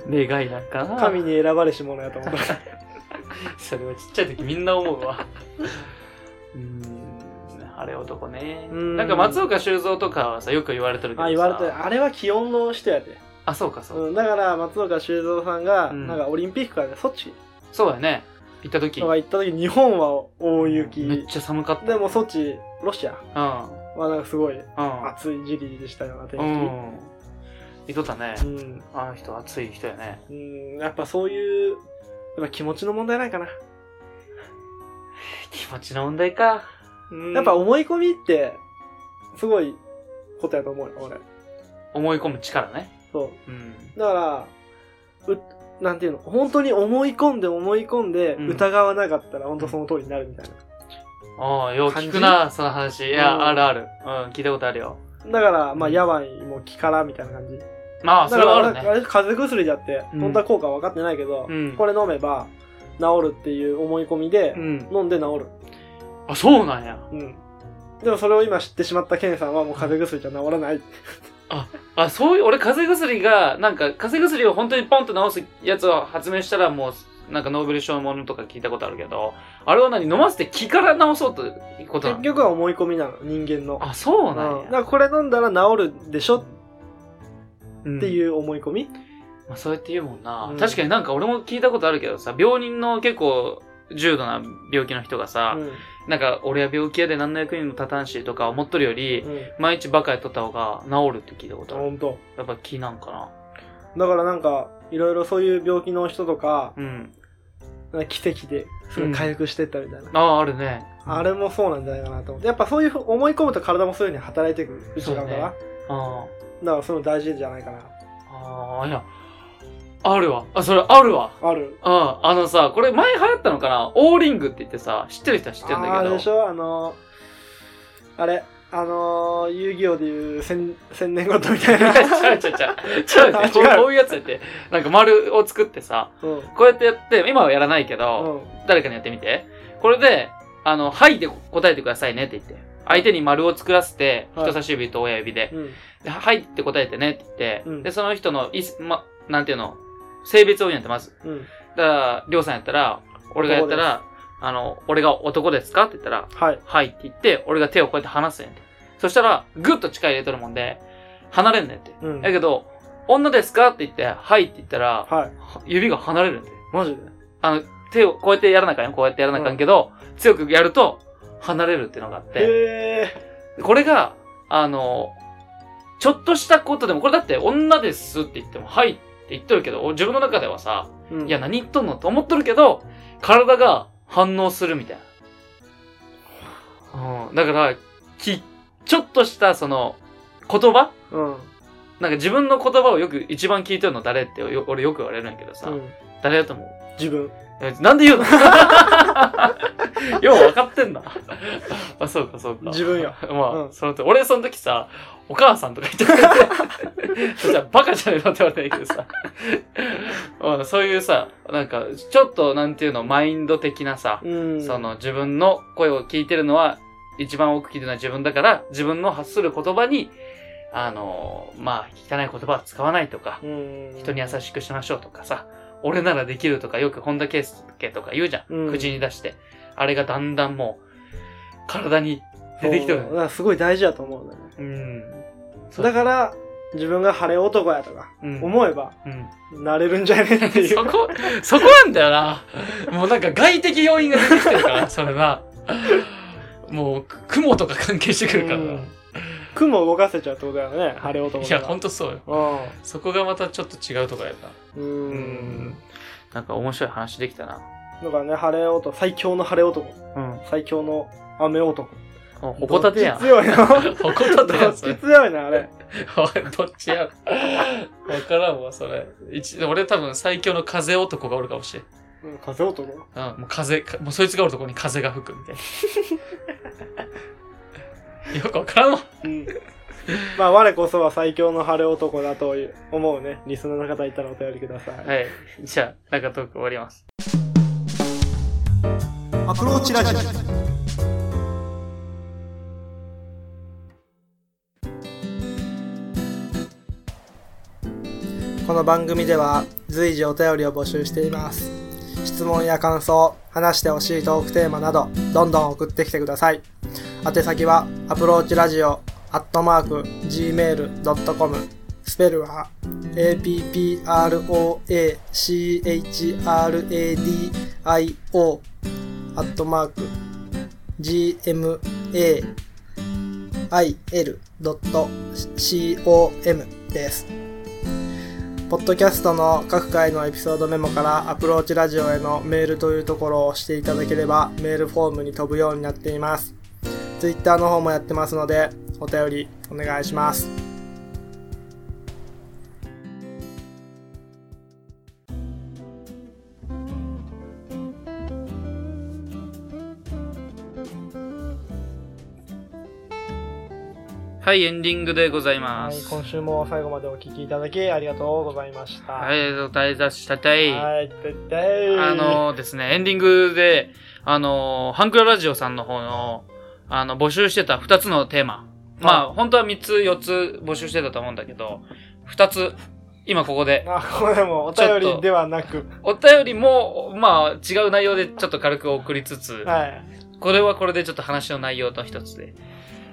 Speaker 1: 願いなんかな。
Speaker 2: 神に選ばれし者やと思う。
Speaker 1: それはちっちゃい時みんな思う
Speaker 2: (laughs)
Speaker 1: わ。うーん。晴れ男ね。
Speaker 2: うん
Speaker 1: なんか松岡修造とかはさ、よく言われてるけどさ。
Speaker 2: あ、言われてる、あれは気温の人やで。
Speaker 1: あ、そうかそう。
Speaker 2: うん、だから松岡修造さんが、
Speaker 1: うん
Speaker 2: なんかオリンピックからね、ソチ
Speaker 1: そうだよね。行った時。
Speaker 2: とか行った時、日本は大雪。
Speaker 1: めっちゃ寒かった。
Speaker 2: でもソチ、ロシア
Speaker 1: うん。
Speaker 2: まあなんかすごい
Speaker 1: うん。
Speaker 2: 暑いじりじりしたような天
Speaker 1: うん。いとったね
Speaker 2: 気。。うん。
Speaker 1: あの人、熱い人やね。
Speaker 2: うん、やっぱそういう、やっぱ気持ちの問題なんかな。
Speaker 1: 気持ちの問題か。
Speaker 2: うんやっぱ思い込みって、すごいことやと思うよ、俺。
Speaker 1: 思い込む力ね。
Speaker 2: そ
Speaker 1: う
Speaker 2: う。
Speaker 1: ん。
Speaker 2: だから、う、なんていうの、本当に思い込んで思い込んで
Speaker 1: うん
Speaker 2: 疑わなかったら本当その通りになるみたい
Speaker 1: ああ、よう
Speaker 2: 感じ
Speaker 1: 聞くな、その話。いや、
Speaker 2: うん
Speaker 1: あるある。うん、聞いたことあるよ。
Speaker 2: な。だから、まあ、野蛮も気からみたいな感じ。
Speaker 1: まあ、そ
Speaker 2: だか
Speaker 1: れ
Speaker 2: ら、
Speaker 1: は
Speaker 2: な
Speaker 1: ある
Speaker 2: んかあ
Speaker 1: ね。
Speaker 2: れ風邪薬だって、
Speaker 1: うん
Speaker 2: 本当は効果は分かってないけど、
Speaker 1: うん
Speaker 2: これ飲めば治るっていう思い込みで
Speaker 1: う、ん。
Speaker 2: 飲んで治る。
Speaker 1: あ、そうなんや。
Speaker 2: うん。でもそれを今知ってしまったケンさんはもう風邪薬じゃ治らない。
Speaker 1: あ、そういう、俺、風邪薬が、なんか、風邪薬を本当にポンと治すやつを発明したら、もう、なんか、ノーベル賞ものとか聞いたことあるけど、あれは何飲ませて気から治そうということな
Speaker 2: 結
Speaker 1: の
Speaker 2: 局は思い込みなの、人間の。
Speaker 1: あ、そう
Speaker 2: うん、
Speaker 1: なん
Speaker 2: だ
Speaker 1: や。
Speaker 2: からこれ飲んだら治るでしょって
Speaker 1: うん。
Speaker 2: いう思い込み、
Speaker 1: まあ、そうやって言うもんな。
Speaker 2: うん
Speaker 1: 確かになんか、俺も聞いたことあるけどさ、病人の結構、重度な病気の人がさ、
Speaker 2: うん
Speaker 1: なんか、俺は病気やで何の役にも立たんしとか思っとるより、
Speaker 2: うん、
Speaker 1: 毎日バカやっとった方が治るって聞いたことある。
Speaker 2: 本当。
Speaker 1: やっぱ気なんかな。
Speaker 2: だからなんか、いろいろそういう病気の人とか、
Speaker 1: うん。
Speaker 2: なんか奇跡ですごい回復してったみたいな、
Speaker 1: ああ、あるね。
Speaker 2: あれもそうなんじゃないかなと思って。やっぱそういうふう思い込むと体もそういうふうに働いてくる内側から。
Speaker 1: そうねあ
Speaker 2: だからそれも大事じゃないかな。
Speaker 1: あ。ああ、いや。あるわ。あ、それあるわ。
Speaker 2: ある。
Speaker 1: うん。あのさ、これ前流行ったのかなオーリングって言ってさ、知ってる人は知ってるん
Speaker 2: あ
Speaker 1: だけ
Speaker 2: れ
Speaker 1: ど。
Speaker 2: でし
Speaker 1: (laughs)
Speaker 2: ょあのー、あれ、あのー、遊戯王でいう千千年ごとみたい
Speaker 1: いや (laughs)
Speaker 2: な。
Speaker 1: 違う違う違う。違う
Speaker 2: あ
Speaker 1: 違
Speaker 2: 違
Speaker 1: う
Speaker 2: う
Speaker 1: こうこういうやつやって。なんか丸を作ってさ、
Speaker 2: うん。う
Speaker 1: こうやってやって、今はやらないけど、
Speaker 2: ん。
Speaker 1: 誰かにやってみて。これで、あの、はいで答えてくださいねって言って。相手に丸を作らせて、
Speaker 2: はい
Speaker 1: 人差し指と親指で。
Speaker 2: うん。
Speaker 1: ではいって答えてねって言って、
Speaker 2: うん
Speaker 1: で、その人のいす、ま、なんていうの、性別を言うんやってます。
Speaker 2: うん。
Speaker 1: だから、りょうさんやったら、俺がやったら、あの、俺が男ですかって言ったら、
Speaker 2: はい。
Speaker 1: はいって言って、俺が手をこうやって離すんやって。そしたら、ぐっと力入れとるもんで、離れんねんって。
Speaker 2: うん。
Speaker 1: だけど、女ですかって言って、はいって言ったら、
Speaker 2: はい。
Speaker 1: 指が離れるんで。
Speaker 2: マジで
Speaker 1: あの、手をこうやってやらなあかんよ。こうやってやらなあかんけど、強くやると、離れるっていうのがあって。
Speaker 2: へえ。
Speaker 1: これが、あの、ちょっとしたことでも、これだって女ですって言っても、はいって言っとるけど、自分の中ではさ、
Speaker 2: うん
Speaker 1: いや、何言っとんのと思っとるけど、体が反応するみたいな。うん。だから、き、ちょっとした、その、言葉
Speaker 2: うん。
Speaker 1: なんか自分の言葉をよく一番聞いてるの誰ってよ俺よく言われるんやけどさ、
Speaker 2: うん。
Speaker 1: 誰だと思う
Speaker 2: 自分。
Speaker 1: えなんで言う (laughs) のよう分かってんな。 (laughs) あ、そうか、そうか。
Speaker 2: 自分よ。
Speaker 1: まあ、
Speaker 2: うん
Speaker 1: そのと俺その時さ、お母さんとか言っちゃって、 (laughs) そしたらバカじゃねえのって言われたけどさ、まあ、そういうさ、なんか、ちょっとなんていうの、マインド的なさ、
Speaker 2: うん。
Speaker 1: その自分の声を聞いてるのは、一番多く聞いてるのは自分だから、自分の発する言葉に、あの、まあ、汚い言葉は使わないとか、
Speaker 2: うん、
Speaker 1: 人に優しくしましょうとかさ、俺ならできるとかよく本田圭佑とか言うじゃん。
Speaker 2: うん
Speaker 1: 口に出して。あれがだんだんもう、体に出てきて
Speaker 2: そうだか
Speaker 1: る。
Speaker 2: らすごい大事だと思うんだよね。
Speaker 1: うん。そう
Speaker 2: だから、自分が晴れ男やとか、
Speaker 1: うん
Speaker 2: 思えば、
Speaker 1: うん。
Speaker 2: なれるんじゃねって
Speaker 1: (laughs)
Speaker 2: い。
Speaker 1: そうこ、そこなんだよな。もうなんか外的要因が出てきてる
Speaker 2: (laughs)
Speaker 1: から、それは。もう、く雲とか関係してくるからな。
Speaker 2: うん雲を動かせちゃうってことだよね、晴れ男
Speaker 1: い
Speaker 2: が。
Speaker 1: や、ほんとそうよ。
Speaker 2: う
Speaker 1: そこがまたちょっと違うとこやな。う
Speaker 2: ん。うん。。
Speaker 1: なんか面白い話できたな。
Speaker 2: だからね、晴れ男、最強の晴れ男、
Speaker 1: うん。
Speaker 2: 最強の雨男。
Speaker 1: おこたてやん。
Speaker 2: どっち強いの
Speaker 1: おこたて
Speaker 2: ど
Speaker 1: やん、
Speaker 2: っ
Speaker 1: それ
Speaker 2: ち。強いな、あれ。
Speaker 1: おい (laughs) どっちやわからんわ、それ。一俺多分最強の風男がおるかもしれん。
Speaker 2: うん、風男。
Speaker 1: うん、もう風、かもうそいつがおるとこに風が吹くみたい (laughs) な。よくわからんわ。
Speaker 2: うん。まあ、我こそは最強の晴れ男だと思うね。リスナーの方いたらお便りください。
Speaker 1: はい。じゃあ、中トーク終わります。
Speaker 3: アプローチラジオ
Speaker 2: この番組では随時お便りを募集しています質問や感想話してほしいトークテーマなどどんどん送ってきてください宛先はアプローチラジオアットマーク gmail.com スペルは approachradio アットマーク gma il.com です。ポッドキャストの各回のエピソードメモからアプローチラジオへのメールというところを押していただければメールフォームに飛ぶようになっています。ツイッターの方もやってますのでお便りお願いします。
Speaker 1: はい、エンディングでございま
Speaker 2: はい
Speaker 1: す。、
Speaker 2: 今週も最後までお聞きいただきありがとうございました。。
Speaker 1: はいい、お題出したたい。
Speaker 2: はい、絶対。
Speaker 1: あのですね、エンディングで、あの、ハンクララジオさんの方の、あの、募集してた2つのテーマ。まあ、本当は3つ、4つ募集してたと思うんだけど、2つ、今ここで、
Speaker 2: あ、これもお便りではなく、
Speaker 1: お便りも、まあ、違う内容でちょっと軽く送りつつ、
Speaker 2: はい。
Speaker 1: これはこれでちょっと話の内容と一つで。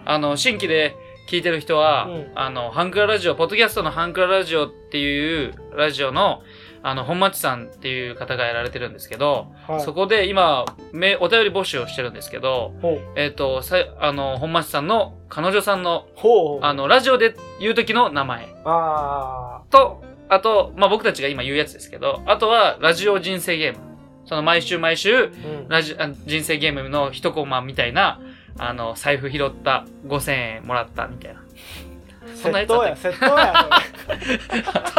Speaker 1: あの、新規で聞いてる人は、
Speaker 2: うん
Speaker 1: あの、ハンクララジオ、ポッドキャストのハンクララジオっていうラジオの、あの、本町さんっていう方がやられてるんですけど、
Speaker 2: はい。
Speaker 1: そこで今、めお便り募集をしてるんですけど、
Speaker 2: ほう。
Speaker 1: えっ、と、さあの、本町さんの彼女さんの、
Speaker 2: ほう。
Speaker 1: あの、ラジオで言う時の名前
Speaker 2: あ
Speaker 1: と、あと、まあ、僕たちが今言うやつですけど、あとは、ラジオ人生ゲーム。その、毎週毎週、
Speaker 2: ー。うん。
Speaker 1: ラジあ人生ゲームの一コマみたいな、あの、財布拾った、5000円もらったみたい
Speaker 2: (laughs)
Speaker 1: な。そんなやつあ
Speaker 2: 窃
Speaker 1: っ
Speaker 2: 盗
Speaker 1: た
Speaker 2: や、
Speaker 1: っ
Speaker 2: 窃盗や。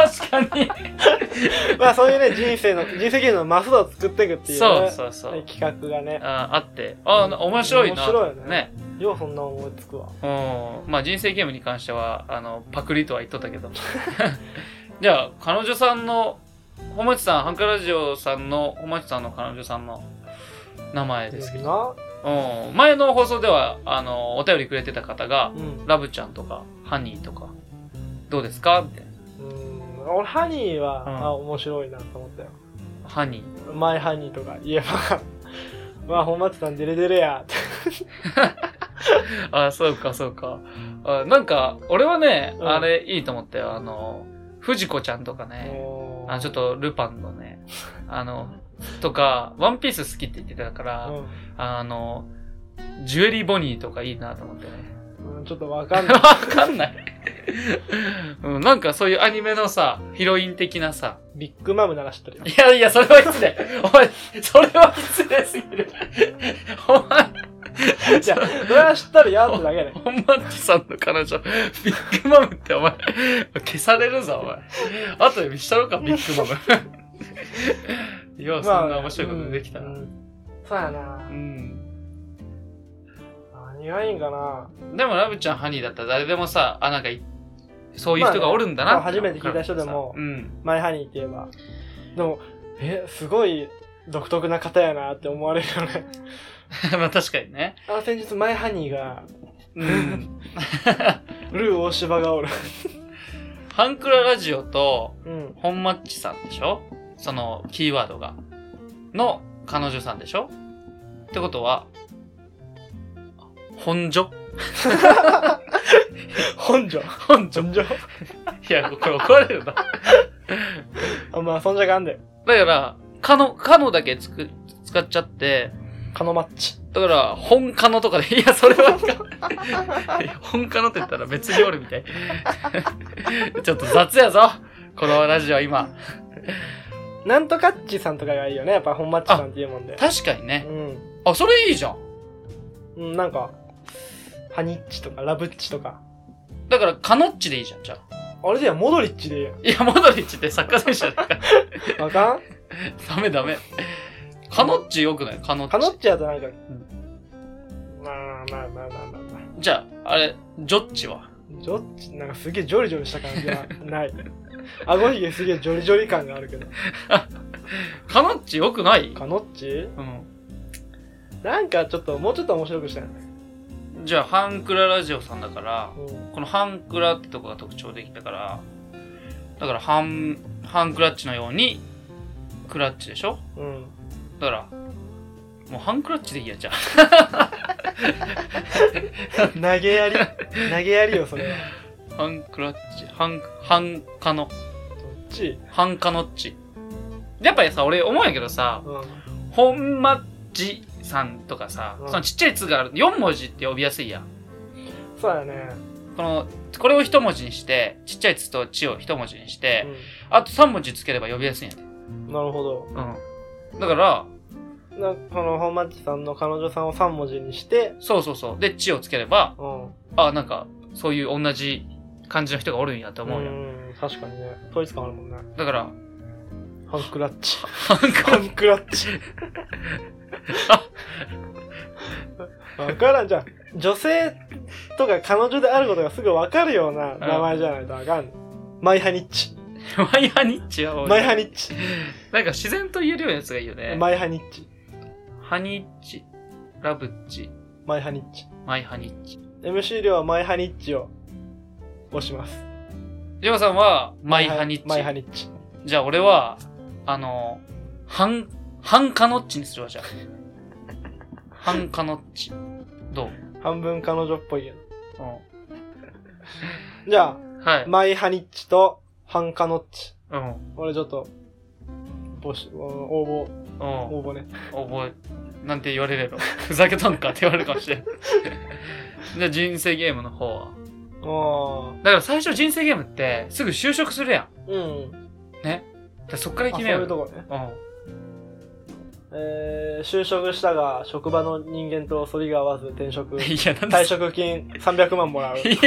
Speaker 1: (laughs) け確かに。
Speaker 2: それまあそういうね、人生の、人生ゲームのマスを作っていくっていう
Speaker 1: そう
Speaker 2: ね。
Speaker 1: そうそう。
Speaker 2: 企画がね、
Speaker 1: ああって、あ、
Speaker 2: うん
Speaker 1: 面白いな。
Speaker 2: 面白いよね
Speaker 1: ね。
Speaker 2: ようそんな思いつくわ。
Speaker 1: うん。まあ人生ゲームに関しては、あの、パクリとは言っとったけど。 (laughs) じゃあ、彼女さんの、本町さん、ハンカラジオさんの、本町さんの彼女さんの名前ですけど。
Speaker 2: な。
Speaker 1: うん。前の放送では、あの、お便りくれてた方が、
Speaker 2: うん。
Speaker 1: ラブちゃんとか、ハニーとか、どうですかみたいな。
Speaker 2: うん。俺、ハニーは、
Speaker 1: うん
Speaker 2: あ、面白いなと思ったよ。
Speaker 1: ハニ
Speaker 2: マイハニーとか言えば、 (laughs) まあ、本町さんデレデレや。
Speaker 1: ー。あ、そうか、そうか。あなんか、俺はね、
Speaker 2: うん
Speaker 1: あれ、いいと思ったよ。あの、藤子ちゃんとかね、
Speaker 2: もう
Speaker 1: あのちょっ、と、ルパンの
Speaker 2: (laughs)
Speaker 1: ね、あの、とか、ワンピース好きって言ってたから、あの、ジュエリーボニーとかいいなと思ってね。
Speaker 2: うん。ちょっとわかんな
Speaker 1: (laughs)
Speaker 2: い
Speaker 1: わ。かんない、うん。なんかそういうアニメのさ、ヒロイン的なさ、
Speaker 2: ビッグマムなら知ってるよ。
Speaker 1: いやいや、それは失礼。 (laughs) お前、それは失礼すぎる。 (laughs) お前、
Speaker 2: じゃあ、それは知ってるよってだけ
Speaker 1: (laughs)
Speaker 2: で。
Speaker 1: 本町さんの彼女、ビッグマムってお前、消されるぞ、お前。後で見したろか、ビッグマム。い (laughs) や、そんな面白いことできた
Speaker 2: う
Speaker 1: な。
Speaker 2: んそうやな
Speaker 1: う。ん。
Speaker 2: 何がいいんかな。
Speaker 1: でも、ラブちゃん、ハニーだったら誰でもさ、あ、なんかい、そういう人がおるんだな
Speaker 2: まあね初めて聞いた人でも
Speaker 1: うん。
Speaker 2: マイハニーって言えば。でも、え、すごい独特な方やなって思われるよね。
Speaker 1: (laughs) まあ、確かにね。
Speaker 2: あ、先日マイハニーが、
Speaker 1: (laughs) うん。
Speaker 2: ルー大芝がおる。
Speaker 1: ハンクララジオと、
Speaker 2: うん。
Speaker 1: 本マッチさんでしょそのキーワードが。の彼女さんでしょってことは、本女
Speaker 2: 本庄。
Speaker 1: 本女
Speaker 2: 本庄
Speaker 1: (laughs) いや、これ怒られるな。だか
Speaker 2: あ、まあ、そんじゃがんで。
Speaker 1: ら、かの、かのだけつく、使っちゃって、
Speaker 2: カノマッチ。
Speaker 1: だから、本カノとかで、いや、それはあかんいや本カノって言ったら別におるみたい。ちょっと雑やぞこのラジオ今。
Speaker 2: なんとかっちさんとかがいいよね。やっぱ本マッチさんっていうもんで。
Speaker 1: 確かにね
Speaker 2: う。ん。
Speaker 1: あ、それいいじゃん。
Speaker 2: うん、なんか、ハニッチとかラブッチとか。
Speaker 1: だから、カノッチでいいじゃん、じゃあ。
Speaker 2: あれじゃモドリッチでいいよ。
Speaker 1: いや、モドリッチってサッカー選手じゃないから。
Speaker 2: わ
Speaker 1: (laughs)
Speaker 2: かん
Speaker 1: ダメダメ。カノッチよくないカノ
Speaker 2: カノ
Speaker 1: ッ
Speaker 2: ッ
Speaker 1: チ。
Speaker 2: チやとなんか、
Speaker 1: ん
Speaker 2: まあまあまあまあまあまあ。
Speaker 1: じゃあ、あれ、ジョッチは
Speaker 2: ジョッチ、なんかすげえジョリジョリした感じはない。 (laughs) 顎ひげすげえジョリジョリ感があるけど。
Speaker 1: カノッチよくない
Speaker 2: カノッチ
Speaker 1: うん。
Speaker 2: なんかちょっと、もうちょっと面白くしたいね。
Speaker 1: じゃあ、ハンクララジオさんだから、
Speaker 2: うん。
Speaker 1: このハンクラってとこが特徴的だから、だから、ハン、ハンクラッチのように、クラッチでしょ
Speaker 2: うん。
Speaker 1: だから、もうハンクラッチでいいや、じゃあ。
Speaker 2: 投げ
Speaker 1: (laughs)
Speaker 2: やり、投げやりよ、それは。
Speaker 1: ハンクラッチ、ハン、ハンカノ、
Speaker 2: どっち
Speaker 1: ハンカノッチ。やっぱりさ、俺思うんやけどさ、
Speaker 2: うん。
Speaker 1: 本マッチさんとかさ、
Speaker 2: うん
Speaker 1: そのちっちゃい「つ」がある4文字って呼びやすいやん
Speaker 2: そうやね。
Speaker 1: この、これを一文字にして、ちっちゃいつとちを一文字にして、
Speaker 2: う
Speaker 1: あと三文字つければ呼びやすいんやで。
Speaker 2: ん、なるほど。
Speaker 1: うん。だから、
Speaker 2: なその本マッチさんの彼女さんを3文字にして、
Speaker 1: そうそうそう。で、ちをつければ、
Speaker 2: うん。
Speaker 1: あ、なんか、そういう同じ感じの人がおるんやと思うよ。
Speaker 2: ん、確かにね。統一感あるもんね。
Speaker 1: だから、
Speaker 2: ハンクラッチ。
Speaker 1: ハン
Speaker 2: ハ
Speaker 1: カ
Speaker 2: ンクラッチ。 (laughs) わからんじゃん。女性とか彼女であることがすぐわかるような名前じゃないとあかん。マイハニッチ。
Speaker 1: マイハニッチは俺
Speaker 2: マイハニッチ。
Speaker 1: なんか自然と言えるようなやつがいいよね。
Speaker 2: マイハニッチ。
Speaker 1: ハニッチ、ラブッチ、
Speaker 2: マイハニッチ。
Speaker 1: マイハニッチ。
Speaker 2: MC 量はマイハニッチを押します。
Speaker 1: ジョーさんは、マイハニ
Speaker 2: マイハ
Speaker 1: ッチ。
Speaker 2: ニッチ。
Speaker 1: じゃあ俺は、あの、ハン、ハンカノッチにする
Speaker 2: (laughs)
Speaker 1: わ、じゃあ。ハンカノッチ。どう
Speaker 2: 半分彼女っぽいやん。
Speaker 1: う
Speaker 2: じゃあ、
Speaker 1: ん。はい。
Speaker 2: マイハニッチとハンカノッチ。
Speaker 1: うん。
Speaker 2: 俺ちょっと、募集、応募、
Speaker 1: うん。
Speaker 2: 応募ね。
Speaker 1: 覚え、なんて言われれば、ふざけたんかって言われるかもしれ
Speaker 2: (laughs)
Speaker 1: ん。じゃあ人生ゲームの方は。
Speaker 2: あ
Speaker 1: だから最初人生ゲームって、すぐ就職するやん。
Speaker 2: あ、うん。
Speaker 1: だからそっから
Speaker 2: あ、そう
Speaker 1: 決めよ
Speaker 2: いうう
Speaker 1: よ。
Speaker 2: とこね。
Speaker 1: うん。
Speaker 2: えー、就職したが、職場の人間と反りが合わず
Speaker 1: (laughs)
Speaker 2: 転職。
Speaker 1: いや、なんで
Speaker 2: 退職金300万もらう。
Speaker 1: いやいや、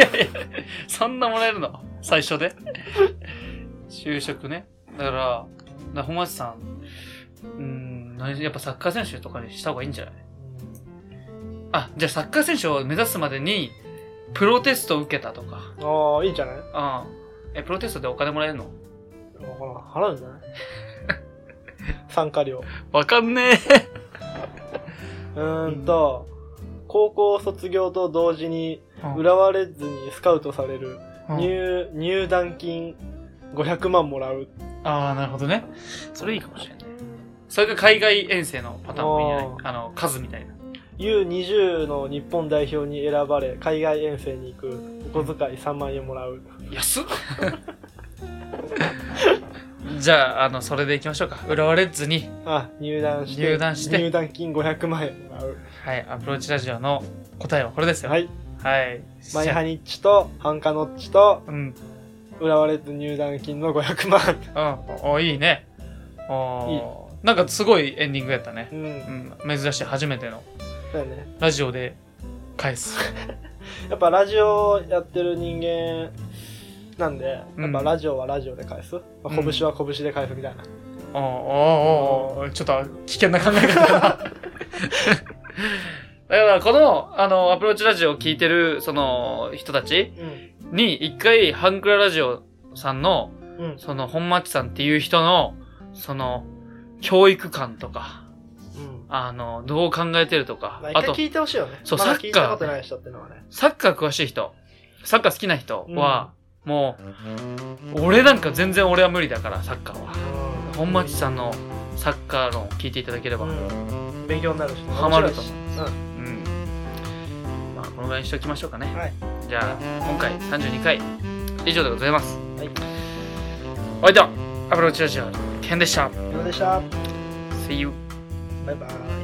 Speaker 1: そんなもらえるの最初で。就職ね。だから、だから本町さん、うん、何やっぱサッカー選手とかにした方がいいんじゃないあ、じゃあサッカー選手を目指すまでに、プロテストを受けたとか。
Speaker 2: ああ、いいんじゃないわ
Speaker 1: ああ。え、プロテストでお金もらえるの
Speaker 2: からん。払うんじゃ
Speaker 1: (laughs)
Speaker 2: ない参加料。
Speaker 1: わかんね
Speaker 2: うーんと、高校卒業と同時に、
Speaker 1: え。
Speaker 2: 浦和レッズにスカウトされる、
Speaker 1: うん
Speaker 2: 入、入団金500万もらう。
Speaker 1: ああ、なるほどね。それいいかもしれない。それが海外遠征のパターンもいいんじゃないあの、数みたいな。
Speaker 2: U20 の日本代表に選ばれ、海外遠征に行く、お小遣い3万円もらう。
Speaker 1: 安っ (laughs) じゃあ、あの、それでいきましょうか。浦和レッズに、
Speaker 2: あ、入団して、
Speaker 1: 入団して
Speaker 2: 入団金500万円もらう。
Speaker 1: はい、アプローチラジオの答えはこれですよ。。
Speaker 2: はいい。
Speaker 1: はい。
Speaker 2: マイハニッチと、ハンカノッチと、
Speaker 1: うん、うん
Speaker 2: 浦和レッズ入団金の500万。、
Speaker 1: お、いいね。おーなんかすごいエンディングやったね
Speaker 2: う。ん。
Speaker 1: うん、珍しい、初めての。
Speaker 2: だよね。
Speaker 1: ラジオで返す。
Speaker 2: やっぱラジオやってる人間なんで、
Speaker 1: うん
Speaker 2: やっぱラジオはラジオで返す。まあ、
Speaker 1: うん
Speaker 2: 拳は拳で返すみたいな。
Speaker 1: おーおーおーおーちょっと危険な考え方だな。 (laughs) だから、この、あの、アプローチラジオを聞いてる、その、人たち
Speaker 2: うん。
Speaker 1: に、一回、ハンクララジオさんの、
Speaker 2: うん。
Speaker 1: その、本町さんっていう人の、その、教育観とか、
Speaker 2: うん。
Speaker 1: あの、どう考えてるとか
Speaker 2: まあ、、
Speaker 1: あ
Speaker 2: 一回
Speaker 1: と
Speaker 2: 聞、いてほしいよね。
Speaker 1: そう
Speaker 2: まだ
Speaker 1: サッカー
Speaker 2: 聞いたことない人ってのはね。
Speaker 1: サッカー詳しい人、サッカー好きな人は、もう、俺なんか全然俺は無理だから、サッカーは。
Speaker 2: うん
Speaker 1: 本町さんのサッカー論を聞いていただければ、
Speaker 2: うん、勉強になるし、
Speaker 1: ハマると
Speaker 2: 面白いし
Speaker 1: うん。まあ、このぐらいにしておきましょうかね。
Speaker 2: はい
Speaker 1: じゃあ、今回32回、以上でございます。
Speaker 2: うん。はい。
Speaker 1: お相手は、アプローチラジオ、ケンでした。
Speaker 2: 以上でした。
Speaker 1: See you.
Speaker 2: バイバイ。